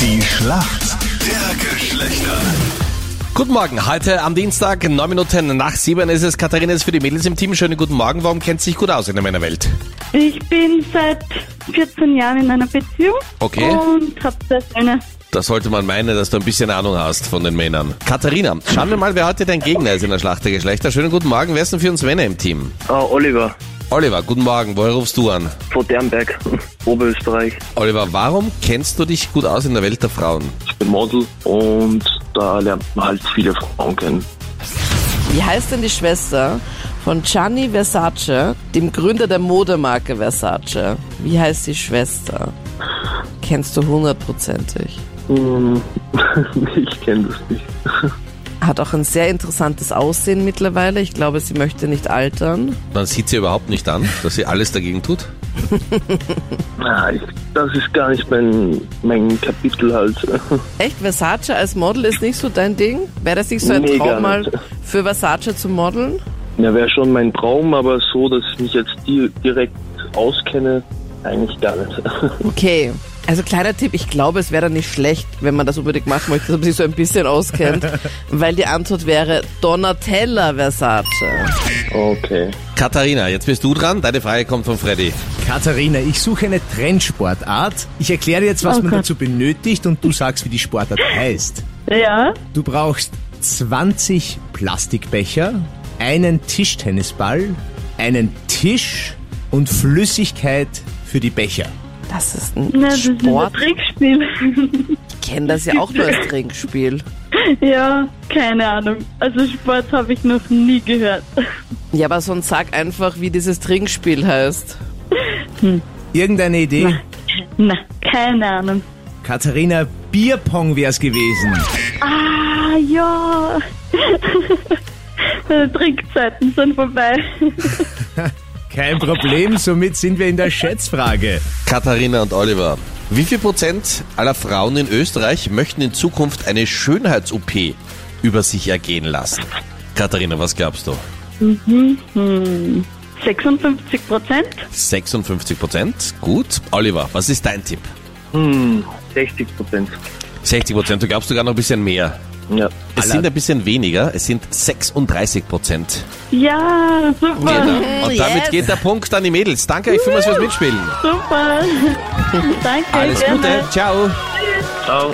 Schlacht der Geschlechter. Guten Morgen, heute am Dienstag, neun Minuten nach sieben ist es. Katharina ist für die Mädels im Team. Schönen guten Morgen. Warum kennt sich gut aus in der Männerwelt? Ich bin seit 14 Jahren in einer Beziehung Okay. und habe sehr schöne. Das sollte man meinen, dass du ein bisschen Ahnung hast von den Männern. Katharina, schauen wir mal, wer heute dein Gegner ist in der Schlacht der Geschlechter. Schönen guten Morgen. Wer ist denn für uns Männer im Team? Ah, Oliver, Oliver, guten Morgen. Woher rufst du an? vor Dernberg, Oberösterreich. Oliver, warum kennst du dich gut aus in der Welt der Frauen? Ich bin Model und da lernt man halt viele Frauen kennen. Wie heißt denn die Schwester von Gianni Versace, dem Gründer der Modemarke Versace? Wie heißt die Schwester? Kennst du hundertprozentig. Hm, ich kenne das nicht. Hat auch ein sehr interessantes Aussehen mittlerweile. Ich glaube, sie möchte nicht altern. Man sieht sie überhaupt nicht an, dass sie alles dagegen tut. Ah, ich, das ist gar nicht mein, mein Kapitel halt. Echt, Versace als Model ist nicht so dein Ding? Wäre das nicht so ein Nee, gar Traum, mal nicht. für Versace zu modeln? Ja, wäre schon mein Traum, aber so, dass ich mich jetzt di direkt auskenne, eigentlich gar nicht. Okay. Also kleiner Tipp, ich glaube, es wäre dann nicht schlecht, wenn man das unbedingt machen möchte, dass man sich so ein bisschen auskennt, weil die Antwort wäre Donatella Versace. Okay. Katharina, jetzt bist du dran. Deine Frage kommt von Freddy. Katharina, ich suche eine Trendsportart. Ich erkläre jetzt, was Oh man Gott. dazu benötigt und du sagst, wie die Sportart heißt. Ja, Du brauchst 20 Plastikbecher, einen Tischtennisball, einen Tisch und Flüssigkeit für die Becher. Das ist ein na, das ist ein Sport. Trickspiel. Ich kenne das ja auch nur als Trinkspiel. ja, keine Ahnung. Also Sport habe ich noch nie gehört. Ja, aber sonst sag einfach, wie dieses Trinkspiel heißt. Irgendeine Idee? Na, keine Ahnung. Katharina, Bierpong wär's gewesen. Ah ja. Trickzeiten sind vorbei. Kein Problem, somit sind wir in der Schätzfrage. Katharina und Oliver. Wie viel Prozent aller Frauen in Österreich möchten in Zukunft eine Schönheits-OP über sich ergehen lassen? Katharina, was glaubst du? 56 Prozent? 56 Prozent? Gut. Oliver, was ist dein Tipp? Hm, 60 Prozent. 60 Prozent, du glaubst sogar noch ein bisschen mehr. Ja. Es sind ein bisschen weniger, es sind 36 Prozent. Ja, super, Genau. Und damit yes. geht der Punkt an die Mädels. Danke euch vielmals fürs Mitspielen. super. Danke. Alles Gute, gerne. ciao. Ciao.